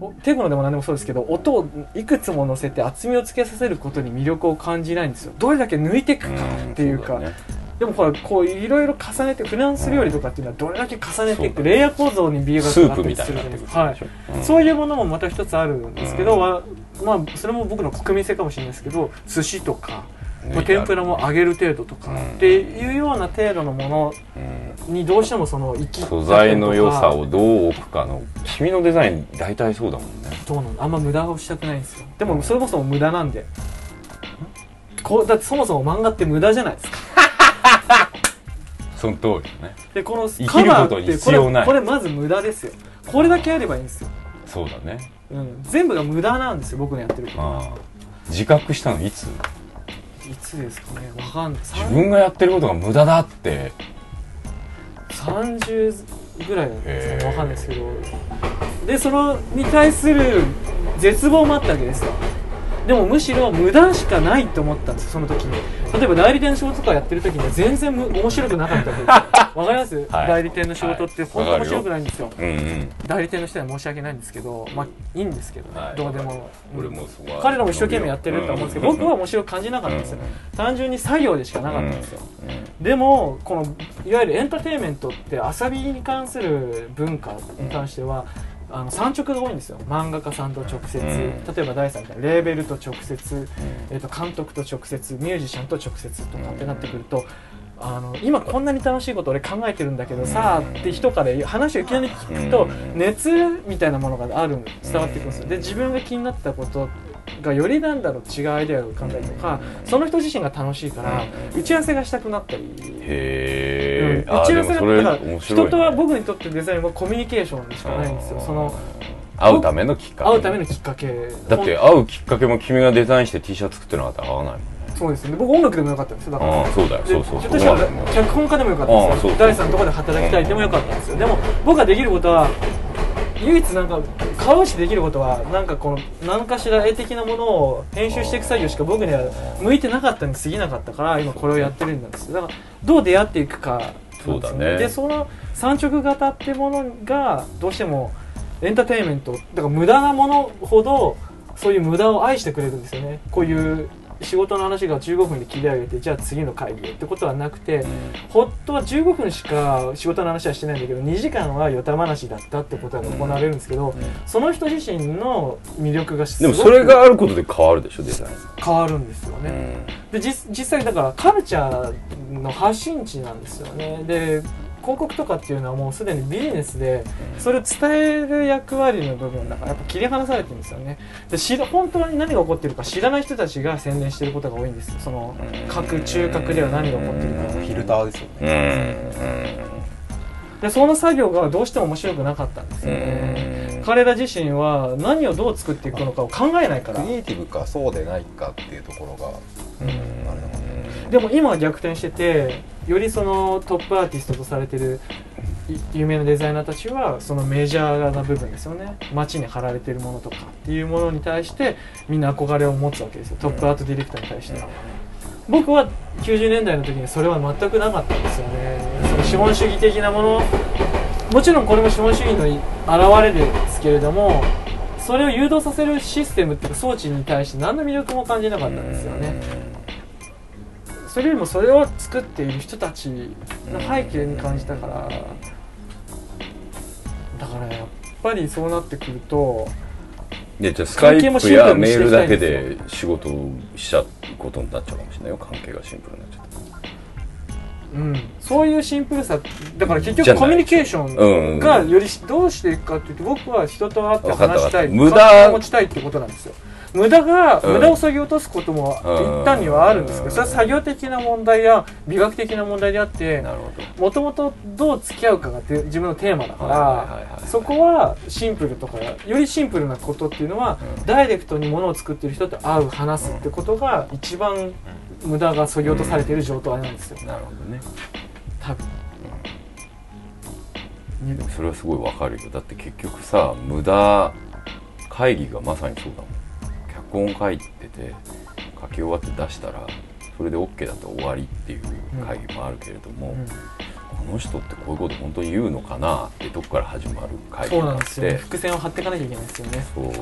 おテクノでも何でもそうですけど音をいくつも乗せて厚みをつけさせることに魅力を感じないんですよどれだけ抜いていくかっていうかんそだねでもほらこういろいろ重ねてフランス料理とかっていうのはどれだけ重ねていくレイヤー構造に美容がかスかーってプたみりたいするになっじゃなていくでるすかはいでしょんそういうものもまた一つあるんですけど、うんわまあそれも僕の国民性かもしれないですけど寿司とか、ま抜あ、いてあ天るぷらも揚げる程度とか、うんっていうような程度のものうんにどうしてもその生き素材の良さをどう置くかの君のデザイン大体そうだもんねどうなのあんま無駄をしたくないんですよでもそれこそ無駄なんでこうだってそもそも漫画って無駄じゃないですかその通りだねでこの生きカるこバとーっにてこ必要なれいこれまず無駄ですよこれだけあればいいんですよ、そうだねうん、全部が無駄なんですよ僕のやってることああ自覚したのいついつですかねわかんないさん自分がやってることが無駄だって30ぐらいなんですへーねわかんないですけどでそのに対する絶望もあったわけですよでもむしろ無駄しかないと思ったんですよその時に例えば代理店の仕事とかやってる時には全然む面白くなかったわけで すよわかります、はい代理店の仕事って本当面白くないんですよ,、うんうん代理店の人には申し訳ないんですけどまあいいんですけどね、はいどうでも俺もそこは彼らも一生懸命やってると思うんですけど、僕は面白く感じなかったんですよ、うんうん単純に作業でしかなかったんですよ、うんうんでもこのいわゆるエンターテインメントって遊びに関する文化に関しては、あの産直が多いんですよ漫画家さんと直接、うん例えば第三みたいなレーベルと直接、うんえー、と監督と直接ミュージシャンと直接とかってなってくると。あの今こんなに楽しいこと俺考えてるんだけどさあって人から話をいきなり聞くとうん熱みたいなものがある伝わってくるんですよで自分が気になったことがよりなんだろう違うアイデアを浮かんだりとかその人自身が楽しいから打ち合わせがしたくなったりへえ、うん打ち合わせがだから人とはね僕にとってデザインはコミュニケーションしかないんですよその会うためのきっかけ会うためのきっかけだって会うきっかけも君がデザインして T シャツ作ってなかったら会わないもんねそうですね僕音楽でもよかったんですよだからああそうだよでそうそひょうそっことしたまでらも脚本家でもよかったんですああそうそよう第三のところで働きたいでもよかったんですよでも僕ができることは唯一なんか顔しできることはなんかこの何かしら絵的なものを編集していく作業しか僕には向いてなかったに過ぎなかったから今これをやってるんですよだからどう出会っていくかなんですよそうだねでその産直型ってものがどうしてもエンターテインメントだから無駄なものほどそういう無駄を愛してくれるんですよねこういう仕事の話が15分で切り上げてじゃあ次の会議へってことはなくて本当は15分しか仕事の話はしてないんだけど2時間は与太話だったってことが行われるんですけどその人自身の魅力がすでごもくそれがあることで変わるでしょデザイン変わるんですよね、で実実際だからカルチャーの発信地なんですよねで広告とかっていうのはもうすでにビジネスでそれを伝える役割の部分だからやっぱ切り離されてるんですよねで知ら本当に何が起こってるか知らない人たちが宣伝してることが多いんですよその核中核では何が起こってるかフィルターですよねうんうんでその作業がどうしても面白くなかったんですよね彼ら自身は何をどう作っていくのかを考えないからクリエイティブかそうでないかっていうところがあれだもんねでも今は逆転しててよりそのトップアーティストとされてるい有名なデザイナーたちはそのメジャーな部分ですよね街に貼られてるものとかっていうものに対してみんな憧れを持つわけですよトップアートディレクターに対して僕は90年代の時にそれは全くなかったんですよねその資本主義的なものもちろんこれも資本主義の表れですけれどもそれを誘導させるシステムっていうか装置に対して何の魅力も感じなかったんですよね、それよりもそれを作っている人たちの背景に感じたからだからやっぱりそうなってくるとでじゃあスカ関イ係もプシンプやルにメしていールきただいんでけすよで仕事をしちゃうことになっちゃうかもしれないよ関係がシンプルになっちゃってうん、そういうシンプルさだから結じ局ゃないコミュニケーショうんうンんがよりどうしていくかっていうと僕は人と会ってわかった話したいわかった無駄関係を持ちたいってことなんですよ無駄が、うん無駄を削ぎ落とすこともうん一旦にはあるんですけどそれはうん作業的な問題や美学的な問題であってなるほどもともとどう付き合うかがて自分のテーマだから、はいはいはいはいそこはシンプルとかよりシンプルなことっていうのは、うんダイレクトにものを作ってる人と会う話すってことが一番無駄が削ぎ落とされてる状態なんですよなるほどね多分でもそれはすごいわかるよだって結局さ無駄会議がまさにそうだもん脚本書いてて書き終わって出したらそれで OK だと終わりっていう会議もあるけれども、うんこんの人ってこういうこと本当に言うのかなってとこから始まる会議そうがなあっんですよねて伏線を張っていかなきゃいけないですよねそう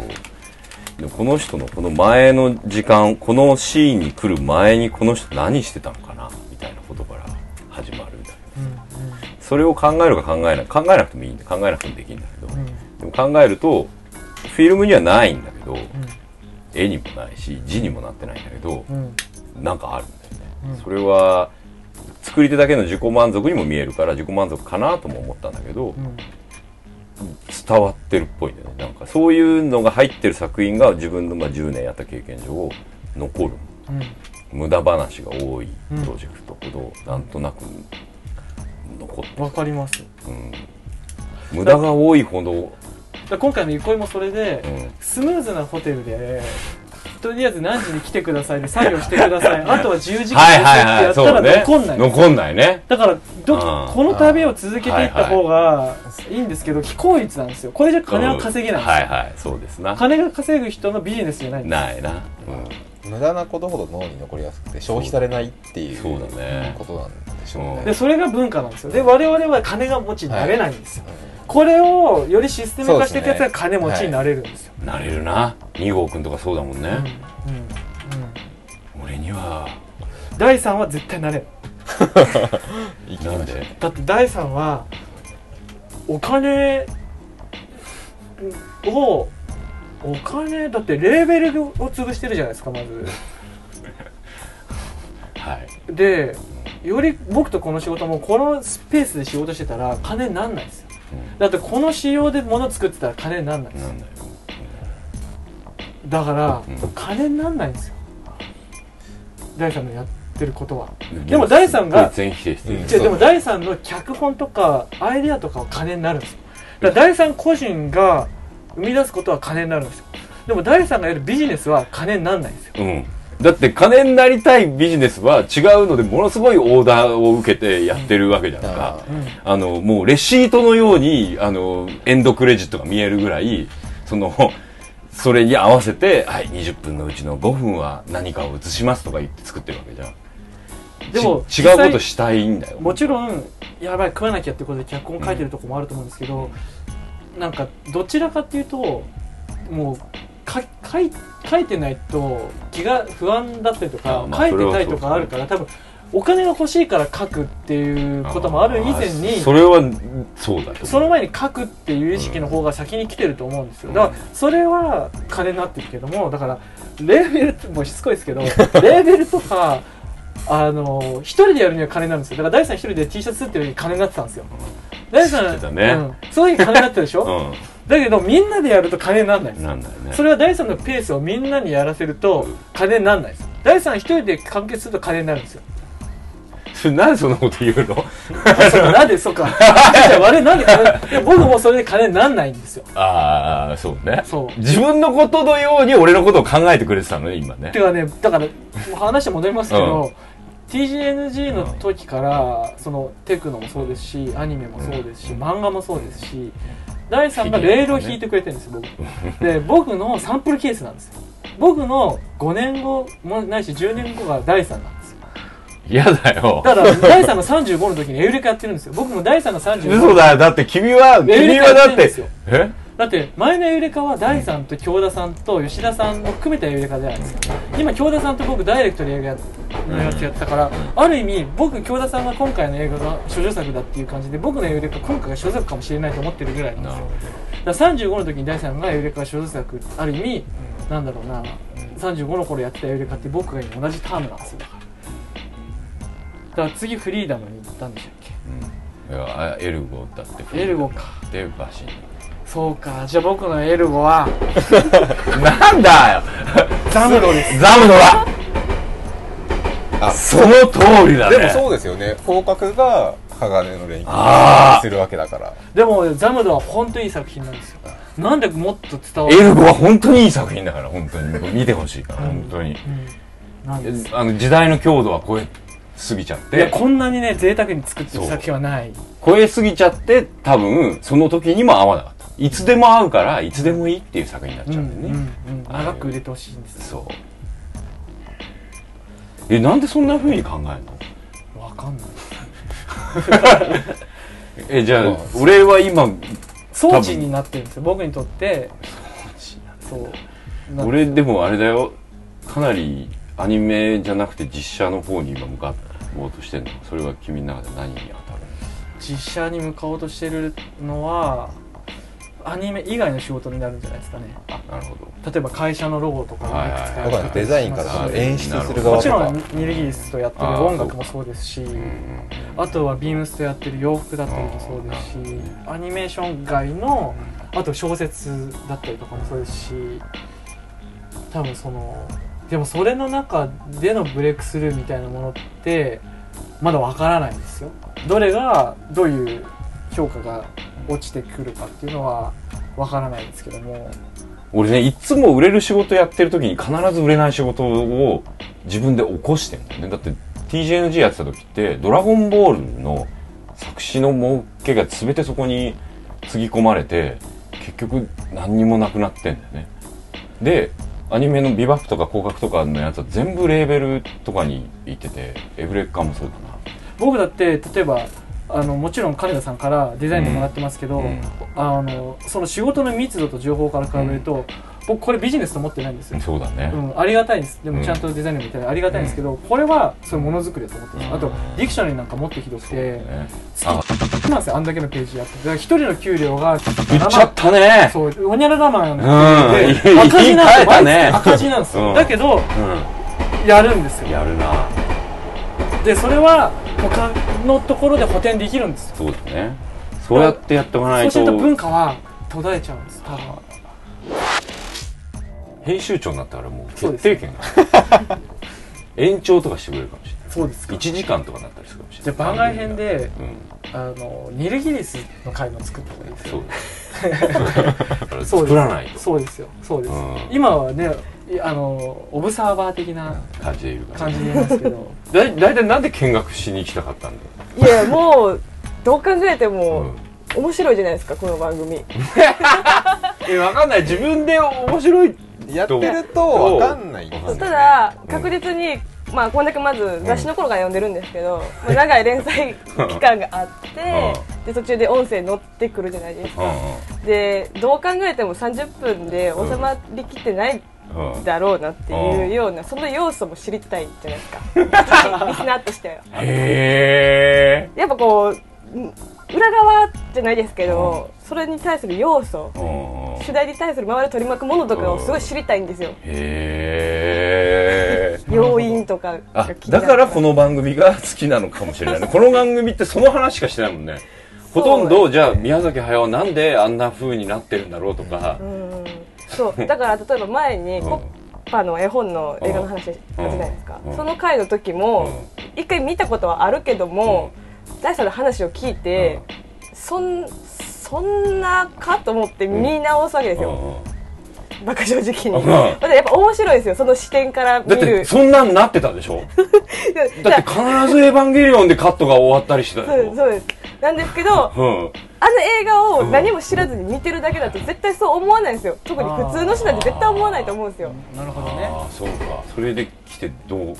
でもこの人のこの前の時間このシーンに来る前にこの人何してたのかなみたいなことから始まるんだけどうんそれを考えるか考えない考えなくてもいいんで考えなくてもできるんだけど、うんうんでも考えるとフィルムにはないんだけどうん絵にもないし字にもなってないんだけどうんなんかあるんだよね、うんそれは作り手だけの自己満足にも見えるから自己満足かなとも思ったんだけど、うん伝わってるっぽいんだよねなんかそういうのが入ってる作品が自分のまあ10年やった経験上残る無駄話が多いプロジェクトほどなんとなく残ってうんわかりまする、うん、無駄が多いほど、だから今回の憩いもそれでうん、スムーズなホテルでとりあえず何時に来てくださいで作業してくだ さいあとは10時はい間はいではいやっそうたねら残んない残んないねだからどうんこの旅を続けていった方がいいんですけど非効率なんですよこれじゃ金は稼げないんですよはいはいそうですな金が稼ぐ人のビジネスじゃないんですないな、う無駄なことほど脳に残りやすくて消費されないってん、いうそうだねことなんでしょうね、うんでそれが文化なんですよで我々は金が持ちになれないんですよ、これをよりシステム化していくやつが金持ちになれるんですよ、なれるな2号くんとかそうだもんうんうんね、俺にはうん第3は絶対なれる生きてなまんしたでだって第3はお金をお金だってレーベルを潰してるじゃないですかまずはいでより僕とこの仕事もこのスペースで仕事してたら金になんないですよだってこの仕様で物作ってたら金になんないでうんすよなんだよだから、うん金になんないんですよ第三のやってることはうんでも第三が全否定してるうん違うそうでも第三の脚本とかアイデアとかは金になるんですよだから第三個人が生み出すことは金になるんですよでも第三がやるビジネスは金にならないんですようんだって金になりたいビジネスは違うのでものすごいオーダーを受けてやってるわけじゃんあか、ーあのもうレシートのようにあのエンドクレジットが見えるぐらいそのそれに合わせて、はい、20分のうちの5分は何かを映しますとか言って作ってるわけじゃんでもち違実うこと際したいんだよもちんろんやばい食わなきゃってことで脚本書いてるとこもあると思うんですけど、なんかどちらかっていうともうか書い書いてないと気が不安だったりとあかまあ書いてないとかあるから多分お金が欲しいから書くっていうこともある以前にあそれはそうだよその前に書くっていう意識の方が先に来てると思うんですようんだからそれは金になってるけどもだからレーベルってもうしつこいですけどレーベルとかあの一人でやるには金になるんですよだから大地さん一人で T シャツ作ってる時に金になってたんですよ大地さ知っんてたねうん、その時金になってるでしょ、うだけどみんなでやると金にならないんですんよなんだよねそれは第三のペースをみんなにやらせるとうん金にならないです第三一人で完結すると金になるんです よそれなんでそんなこと言うのあそうかなんでそうかじゃあ我々なんで金いや僕もそれで金にならないんですよああそうねそう自分のことのように俺のことを考えてくれてたのね今ねてかねだからもう話戻りますけど、TGNG の時から、そのテクノもそうですしアニメもそうですし、うん漫画もそうですし第三がレールを引いてくれてるんですよ僕 で僕のサンプルケースなんですよ僕の5年後もないし10年後が第三なんですよ嫌だよだから第三の35の時にエウレカやってるんですよ僕も第三の嘘35だよだって君はエウ君レカはやってるだっんでてすよえだって前のエウレカは第さんと京田さんと吉田さんも含めたエウレカじゃないですか今京田さんと僕ダイレクトで映画やっんやつやったから、ある意味僕京田さんが今回の映画が処女作だっていう感じで僕のエウレカ今回が処女作かもしれないと思ってるぐらいなんですよだから35の時に第さんがエウレカが処女作ある意味、なんだろうな35の頃やってたエウレカって僕が今同じタームなんですよだからだから次フリーダムに行ったんでしたっけうんいやあエルゴだってエルゴかでバシンそうかじゃあ僕のエルゴはなんだよ ザムロですザムのはあその通りだねでもそうですよね広角が鋼の錬あー金するわけだからでもザムドは本当にいい作品なんですよなんでもっと伝わエるルゴは本当にいい作品だから本当に見てほしいから本当にうんなんですあの時代の強度は超えすぎちゃっいやてこんなにね贅沢に作ってる作品はない超えすぎちゃって多分その時にも合わなかったいつでも合うからいつでもいいっていう作品になっうんちうゃんうんだよね、うんああいう長く売れてほしいんですそうえなんでそんな風に考えるのわかんないえじゃあ、まあ俺は今装置になってるんですよ僕にとってそうな俺でもあれだよかなりアニメじゃなくて実写の方に今向かおうとしてんのそれは君の中で何に当たる実写に向かおうとしてるのはアニメ以外の仕事になるんじゃないですかねのなるほど例えば会社のロゴとかはいはをいはいいくつだからデザインからその演出するも側とちろんかニルギリスとやってる音楽もそうですしうんあとはビームスとやってる洋服だったりもそうですしアニメーション外のあと小説だったりとかもそうですし多分そのでもそれの中でのブレイクスルーみたいなものってまだわからないんですよどれがどういう評価が落ちてくるかっていうのはわからないんですけども俺ねいつも売れる仕事やってる時に必ず売れない仕事を自分で起こしてるんだよねだって TJNG やってた時って「ドラゴンボール」の作詞の儲けが全てそこにつぎ込まれて結局何にもなくなってんだよねでアニメの「ビバップとか「広角」とかのやつは全部レーベルとかに行っててエブレッカーもそうだな僕だって例えばあのもちろん金田さんからデザインでもらってますけど、うんあのその仕事の密度と情報から比べると、僕これビジネスと思ってないんですよ、そうだね、うん、ありがたいんですでうもんちゃんとデザインのみたいなありがたいんですけど、これはそれものづくりだと思ってます、うんあとディクショナリーなんかもっとひどくてね月なんですよあんだけのページやってだから一人の給料が言っちゃったねそうおにゃららマンうんでい赤い字なんです言い換えよたね毎月赤字なんですよ、うんだけどうやるんですんよやるなでそれは他のところで補填できるんですよそうだねそうやってやっておかなそいうすると文と化は途絶えちゃうんです多分編集長になったらもうそう決です定権が延長とかしてくれるかもしれないそうですか1時間とかになったりするかもしれじなゃいあ番外編でうんあのニルギリスの回も作った方がいいですそようです作らないとそうですよそうですうん今はねいあのオブサーバー的な感じでいるから感じなんですけどだい大体なんで見学しに行きたかったんだよいやもうどう考えてうもん面白いじゃないですかこの番組え分かんない自分で面白いやってると分かんないんですよそうねただうん確実にまあこんだけまず雑誌の頃から読んでるんですけど、まあ長い連載期間があってで途中で音声乗ってくるじゃないですうんかでどう考えても30分で収まりきってないうんうんだろうなっていうようなその要素も知りたいじゃないですか リスナーとしてはへえやっぱこうん裏側じゃないですけどそれに対する要素主題に対する周りを取り巻くものとかをすごい知りたいんですよへえ要因とかあが気になだるからこの番組が好きなのかもしれないねこの番組ってその話しかしてないもんねほとんどじゃあ宮崎駿はなんであんな風になってるんだろうとかうんそうだから例えば前にうんコッパの絵本の映画の話したじゃないですかうんその回の時も一回見たことはあるけども大さんの話を聞いてそんそんなかと思って見直すわけですうんようんバカ正直うんにだからやっぱ面白いですよその視点から見だってるそんなんなってたでしょ だだって必ず「エヴァンゲリオン」でカットが終わったりしてたそうでしでょすそうですなんですけどうんあの映画を何も知らずに見てるだけだと絶対そう思わないんですよ特に普通の人なんて絶対思わないと思うんですよなるほどねああそうかそれで来てどう思う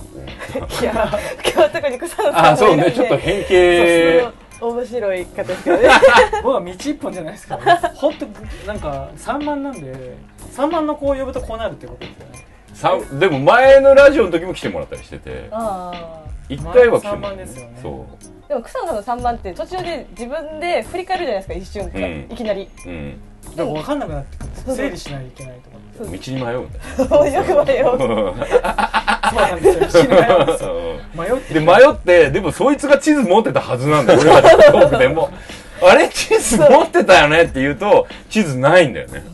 いや今日特に草野あさあんもそういるねんちょっとで変形そう面白い方ですよね僕は道一本じゃないですからねほんとなんか3万なんで3万の子を呼ぶとこうなるってことですよねさんでも前のラジオの時も来てもらったりしててああ一回は来ても前の三番らったですよねそでも草野さんの3番って途中で自分で振り返るじゃないですか一瞬、うんいきなりううんだから分かんなくなってくるんですよそうそう整理しないといけないと思って道に迷うんだよそ よく迷ううなんですよ死ない んですようん迷ってで迷ってでもそいつが地図持ってたはずなんだよ俺らのトークでもあれ地図持ってたよねって言うと地図ないんだよね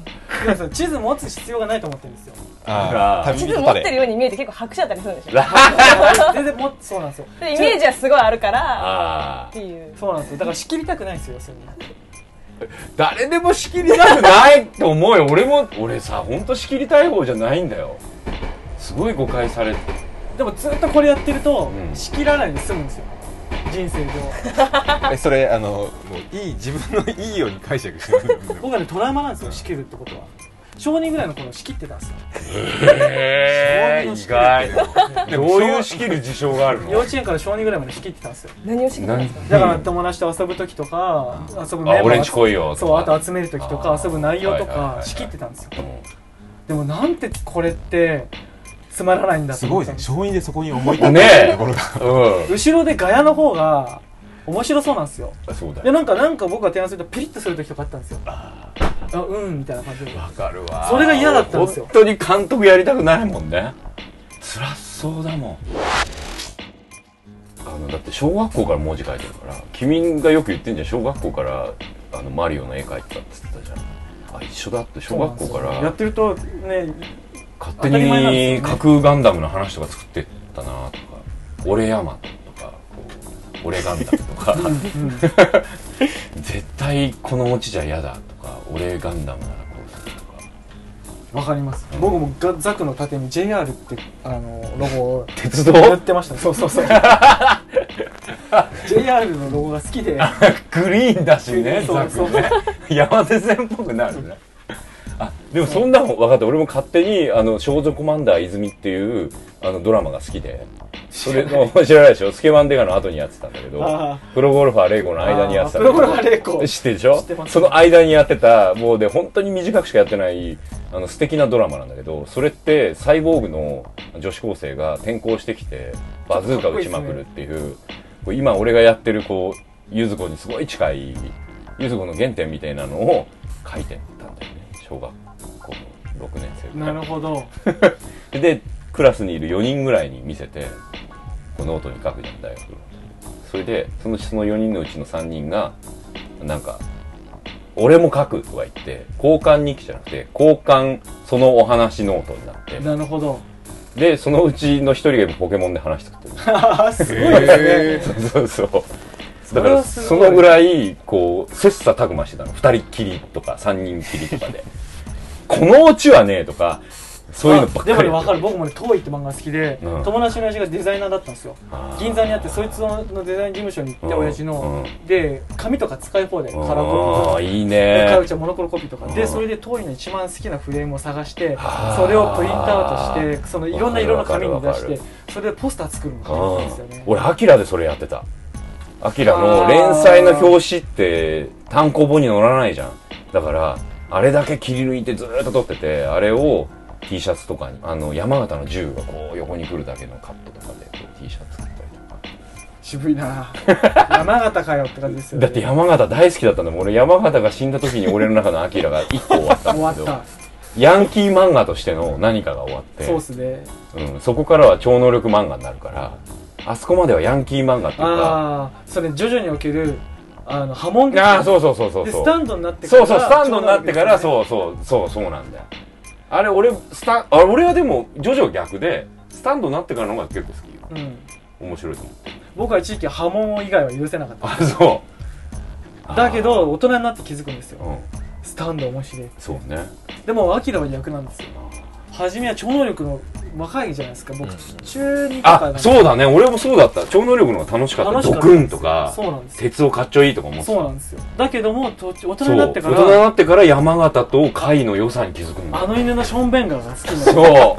いやそう地図持つ必要がないと思ってるんです よあー地図持ってるように見えて結構拍手だったりするんでしょ全然もそうなんですよでイメージはすごいあるからああっていうそうなんですよだから仕切りたくないんですよそれに誰でも仕切りたくないと思うよ俺も俺さほんと仕切りたい方じゃないんだよすごい誤解されてでもずっとこれやってるとうん仕切らないで済むんですよ人 生上えそれあのもういい自分のいいように解釈してるんですよ僕はねトラウマなんですよ仕切るってことは小人ぐらいの頃仕切ってたんですよへー意外ねどういう仕切る事象がある幼の稚園から小2ぐらいまで仕切ってたんですよ何をしてきたんですかだから友達と遊ぶ時とか遊ぶメンバーあを俺んち来いよそうあと集める時とかあー遊ぶ内容とはいはいはいかはい仕切ってたんですようんでもなんてこれってつまらないんだとす思ごっいたんねです勝因でそこに思い立ったねえっていうところがう後ろでガヤの方が面白そうなんですよんそうだでよなんかなんか僕が提案するとピリッとする時とかあったんですよあうんみたいな感じでわかるわそれが嫌だったんですよ本当に監督やりたくないもんね辛そうだもんあのだって小学校から文字書いてるから君がよく言ってんじゃん小学校からあのマリオの絵描いてたって言ってたじゃんあ一緒だって小学校かやっらてるとね勝当たり前なんです手によね架空ガンダムの話とか作ってったなとか「俺ヤマト」とかこう「俺ガンダム」とかうんうん 絶対このオチじゃ嫌だとか「俺ガンダムならこうする」とかわかります僕もがザクの盾に JR ってあのロゴを鉄道塗ってましたねそうそう そう JR のロゴが好きでグリーンだしね、そザうそクうね。山手線っぽくなるね。あ、でもそんなの分かった。俺も勝手に、あの、少女コマンダー泉っていう、あの、ドラマが好きで。それの、知らないでしょスケバンデカの後にやってたんだけどあ、プロゴルファーレイコの間にやってたんあだープロけどゴルファーレイコ知ってるでしょ知ってますその間にやってた、もうで、本当に短くしかやってない、あの、素敵なドラマなんだけど、それって、サイボーグの女子高生が転校してきて、バズーカ撃ちまくるっていう、こう今俺がやってる、こう、ゆず子にすごい近い、ゆず子の原点みたいなのを書いてたんだよね。小学校の6年生ぐらいなるほどでクラスにいる4人ぐらいに見せてこうノートに書くじゃん大学のそれでそのその4人のうちの3人がなんか「俺も書く」とか言って交換日記じゃなくて交換そのお話ノートになってなるほど でそのうちの1人がポケモンで話作ってるあーすごいですね そうそうそうそだれかはらすそごいのぐらいこう切磋琢磨してたの2人きりとか3人きりと かでこのオチはねとかそういうのばっかりでもねや分ってかる僕もね「遠い」って漫画好きで、うん友達の親父がデザイナーだったんですよあー銀座にあってそいつのデザイン事務所に行ってうん親父の、うで紙とか使い放題カラコピああーとかいいでカルねチャーモノクロコピーとかうでんそれで遠いの一番好きなフレームを探してあーそれをプリントアウトしてそのいろんな色の紙に出わかるわしかるてそれでポスター作るのうが好きなんですよんね俺アキラでそれやってたアキラの連載の表紙って単行本に載らないじゃんだからあれだけ切り抜いてずーっと撮っててあれを T シャツとかにあの山形の銃がこう横に来るだけのカットとかでこう T シャツ作ったりとか渋いな山形かよって感じですよ、ね、だって山形大好きだったんだもん俺山形が死んだ時に俺の中のアキラが1個終わったん終わだっけどたヤンキー漫画としての何かが終わってそうっすねうん、そこからは超能力漫画になるからあそこまではヤンキー漫画っていうかああそれ徐々におけるあの波紋ですねああそうそうそうそうでそスうタンドになってからそうそうスタンドになってからうそうそうそうそうなんだよあれ俺スタあ俺はでもジョジョ逆でスタンドになってからの方が結構好きようん面白いと思って僕は一時期波紋以外は許せなかっあそうただけど大人になって気づくんですあーようんスタンド面白いそうねでもアキラは逆なんですよ初めは超能力の若いじゃないですか僕中二とかあそうだね俺もそうだった超能力の方が楽しかった楽しかドったクンとかそうなんですよ鉄をかっちょいいとか思ってたそうなんですよだけども途中大人そうにな大って人かにならってから山形と貝の良さに気づくんだよあの犬のションベンガーが好きなんですよそ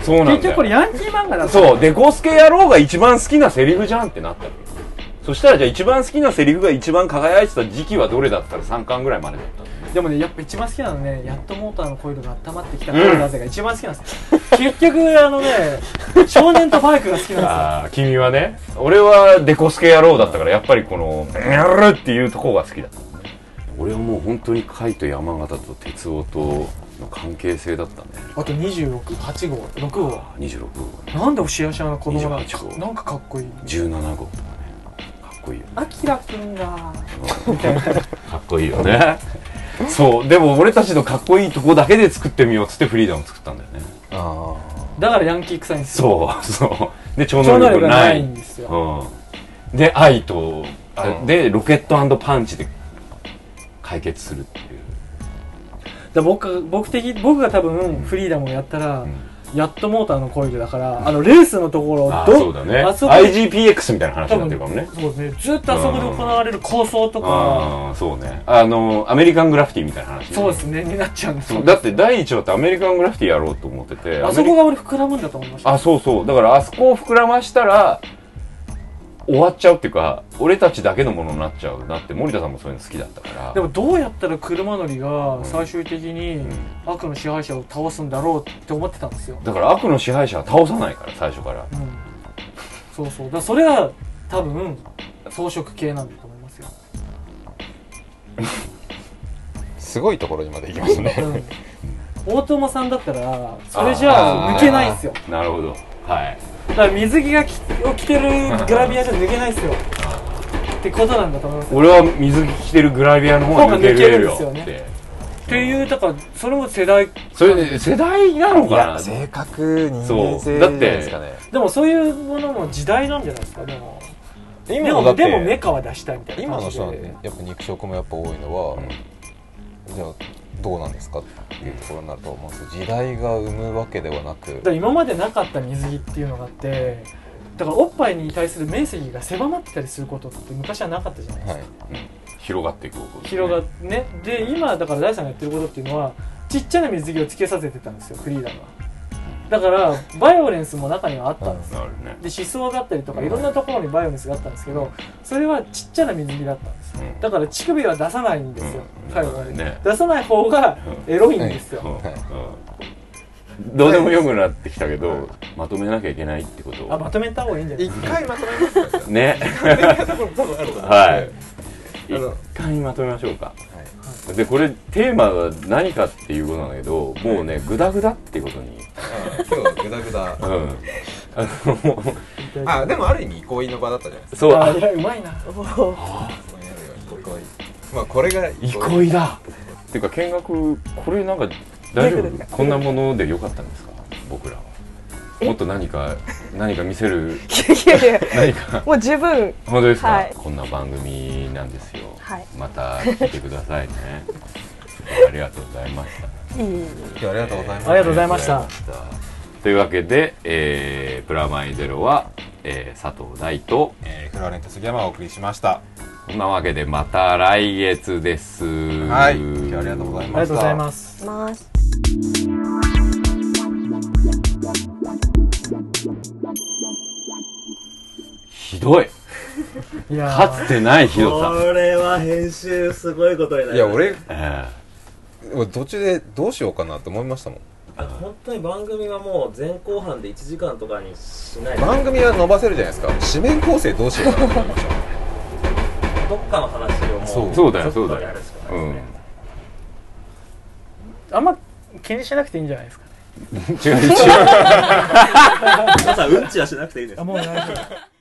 う。そうなんだよ。結局これヤンキー漫画だそう、デコスケ野郎が一番好きなセリフじゃんってなったのよそしたらじゃあ一番好きなセリフが一番輝いてた時期はどれだったら3巻ぐらいまでだったのでもねやっぱ一番好きなのねやっとモーターのコイルが温まってきたからなぜが一番好きなんですよ結局あのね少年とバイクが好きなんでああ、君はね。俺はデコスケ野郎だったからやっぱりこの、やるっていうとこが好きだったのね。俺はもう本当に海と山形と鉄夫との関係性だったね。すよあと268号6号26号、なんでシアシャの子供が28号なんかかっこいい17号とかね。かっこいいよね。あきらくんがかっこいいよね そうでも俺たちのかっこいいとこだけで作ってみようっつってフリーダム作ったんだよねあだからヤンキー臭いんですよそうそうで超超能能力力がなないいんですようん、で愛とあうんでロケットパンチで解決するっていうだから僕僕的僕が多分フリーダムをやったら、んやっとモーターのコイルだからあのレースのところあーどそうだねあそこ IGPX みたいな話になってるかもねそうですねずっとあそこで行われる構想とかああそうねあのアメリカングラフィティみたいな話ねそうですねになっちゃうんですそうだって第一話ってアメリカングラフィティやろうと思っててあそこが俺膨らむんだと思いましたあそうそうだからあそこを膨らましたら終わっちゃうっていうか俺たちだけのものになっちゃうなって森田さんもそういうの好きだったからでもどうやったら車乗りがん最終的に悪の支配者を倒すんだろうって思ってたんですよ、だから悪の支配者は倒さないから最初からうん、そうそうだからそれが多分装飾系なんだと思い ますよ、すごいところにまで行きますねうん、大友さんだったらそれじゃあ抜けないんすよなるほどはいだから水着がきを着てるグラビアじゃ抜けないっすよってことなんだと思います俺は水着着てるグラビアの方が抜けれるよ方がっ抜けるんですてっていうだからそれも世代それで世代なのいかなや性格人間そう性だじっゃてないですかねでもそういうものも時代なんじゃないですかでもで今のだもってでもメカは出したいみたいな今の感じで人なんてやっぱ肉食もやっぱ多いのは、じゃあどうなんですかっていうところになると思うんですけど時代が生むわけではなくだから今までなかった水着っていうのがあってだからおっぱいに対する面積が狭まってたりすることって昔はなかったじゃないですか、はい広がっていく方向広がねで今だから大さんがやってることっていうのはちっちゃな水着をつけさせてたんですよフリーダムはだからバイオレンスも中にはあったんですよ、なるねで思想だったりとかうんいろんなところにバイオレンスがあったんですけどそれはちっちゃな水着だったんですようんだから乳首は出さないんですよ、うん最後まで、ね出さない方がエロいんですよ、うんうんどうでもよくなってきたけどまとめなきゃいけないってことあまとめた方がいいんじゃない一ですか回まとめますかねはいあの一回まとめましょうかでこれテーマが何かっていうことなんだけどもうねグダグダってことに今日はグダグダうんあのあでもある意味憩いの場だったじゃないですかそうああいやうまいなここにあるように憩いまあこれがい憩いだっていうか見学これなんか大丈どういうこと夫ですこんなものでよかったんですか僕らはもっと何か何か見せる いやいやいや何かもう十分本当ですか、はいこんな番組なんですよ、はいまた聞いてくださいね ありがとうございましたいい今日はありがとうございますありがとうございましたありがとうございましたというわけで、えープラマイゼロは、えー佐藤大とえーフローレント杉山をお送りしましたこんなわけでまた来月ですはい今日はありがとうございありまがしとうございたますますひどいいやーかつてないひ どさ、これは編集すごいことになるいや俺え俺途中でどうしようかなって思いましたもん本当に番組はもう前後半で1時間とかにしない番組は伸ばせるじゃないですか紙面構成どうしようかなって思いましどっかの話をそうもうーそうだよそうだちょっとやよるしかうないんですねあんま気にしなくていいんじゃないですかね違う違う皆さんうんちはしなくていいですあもう大丈夫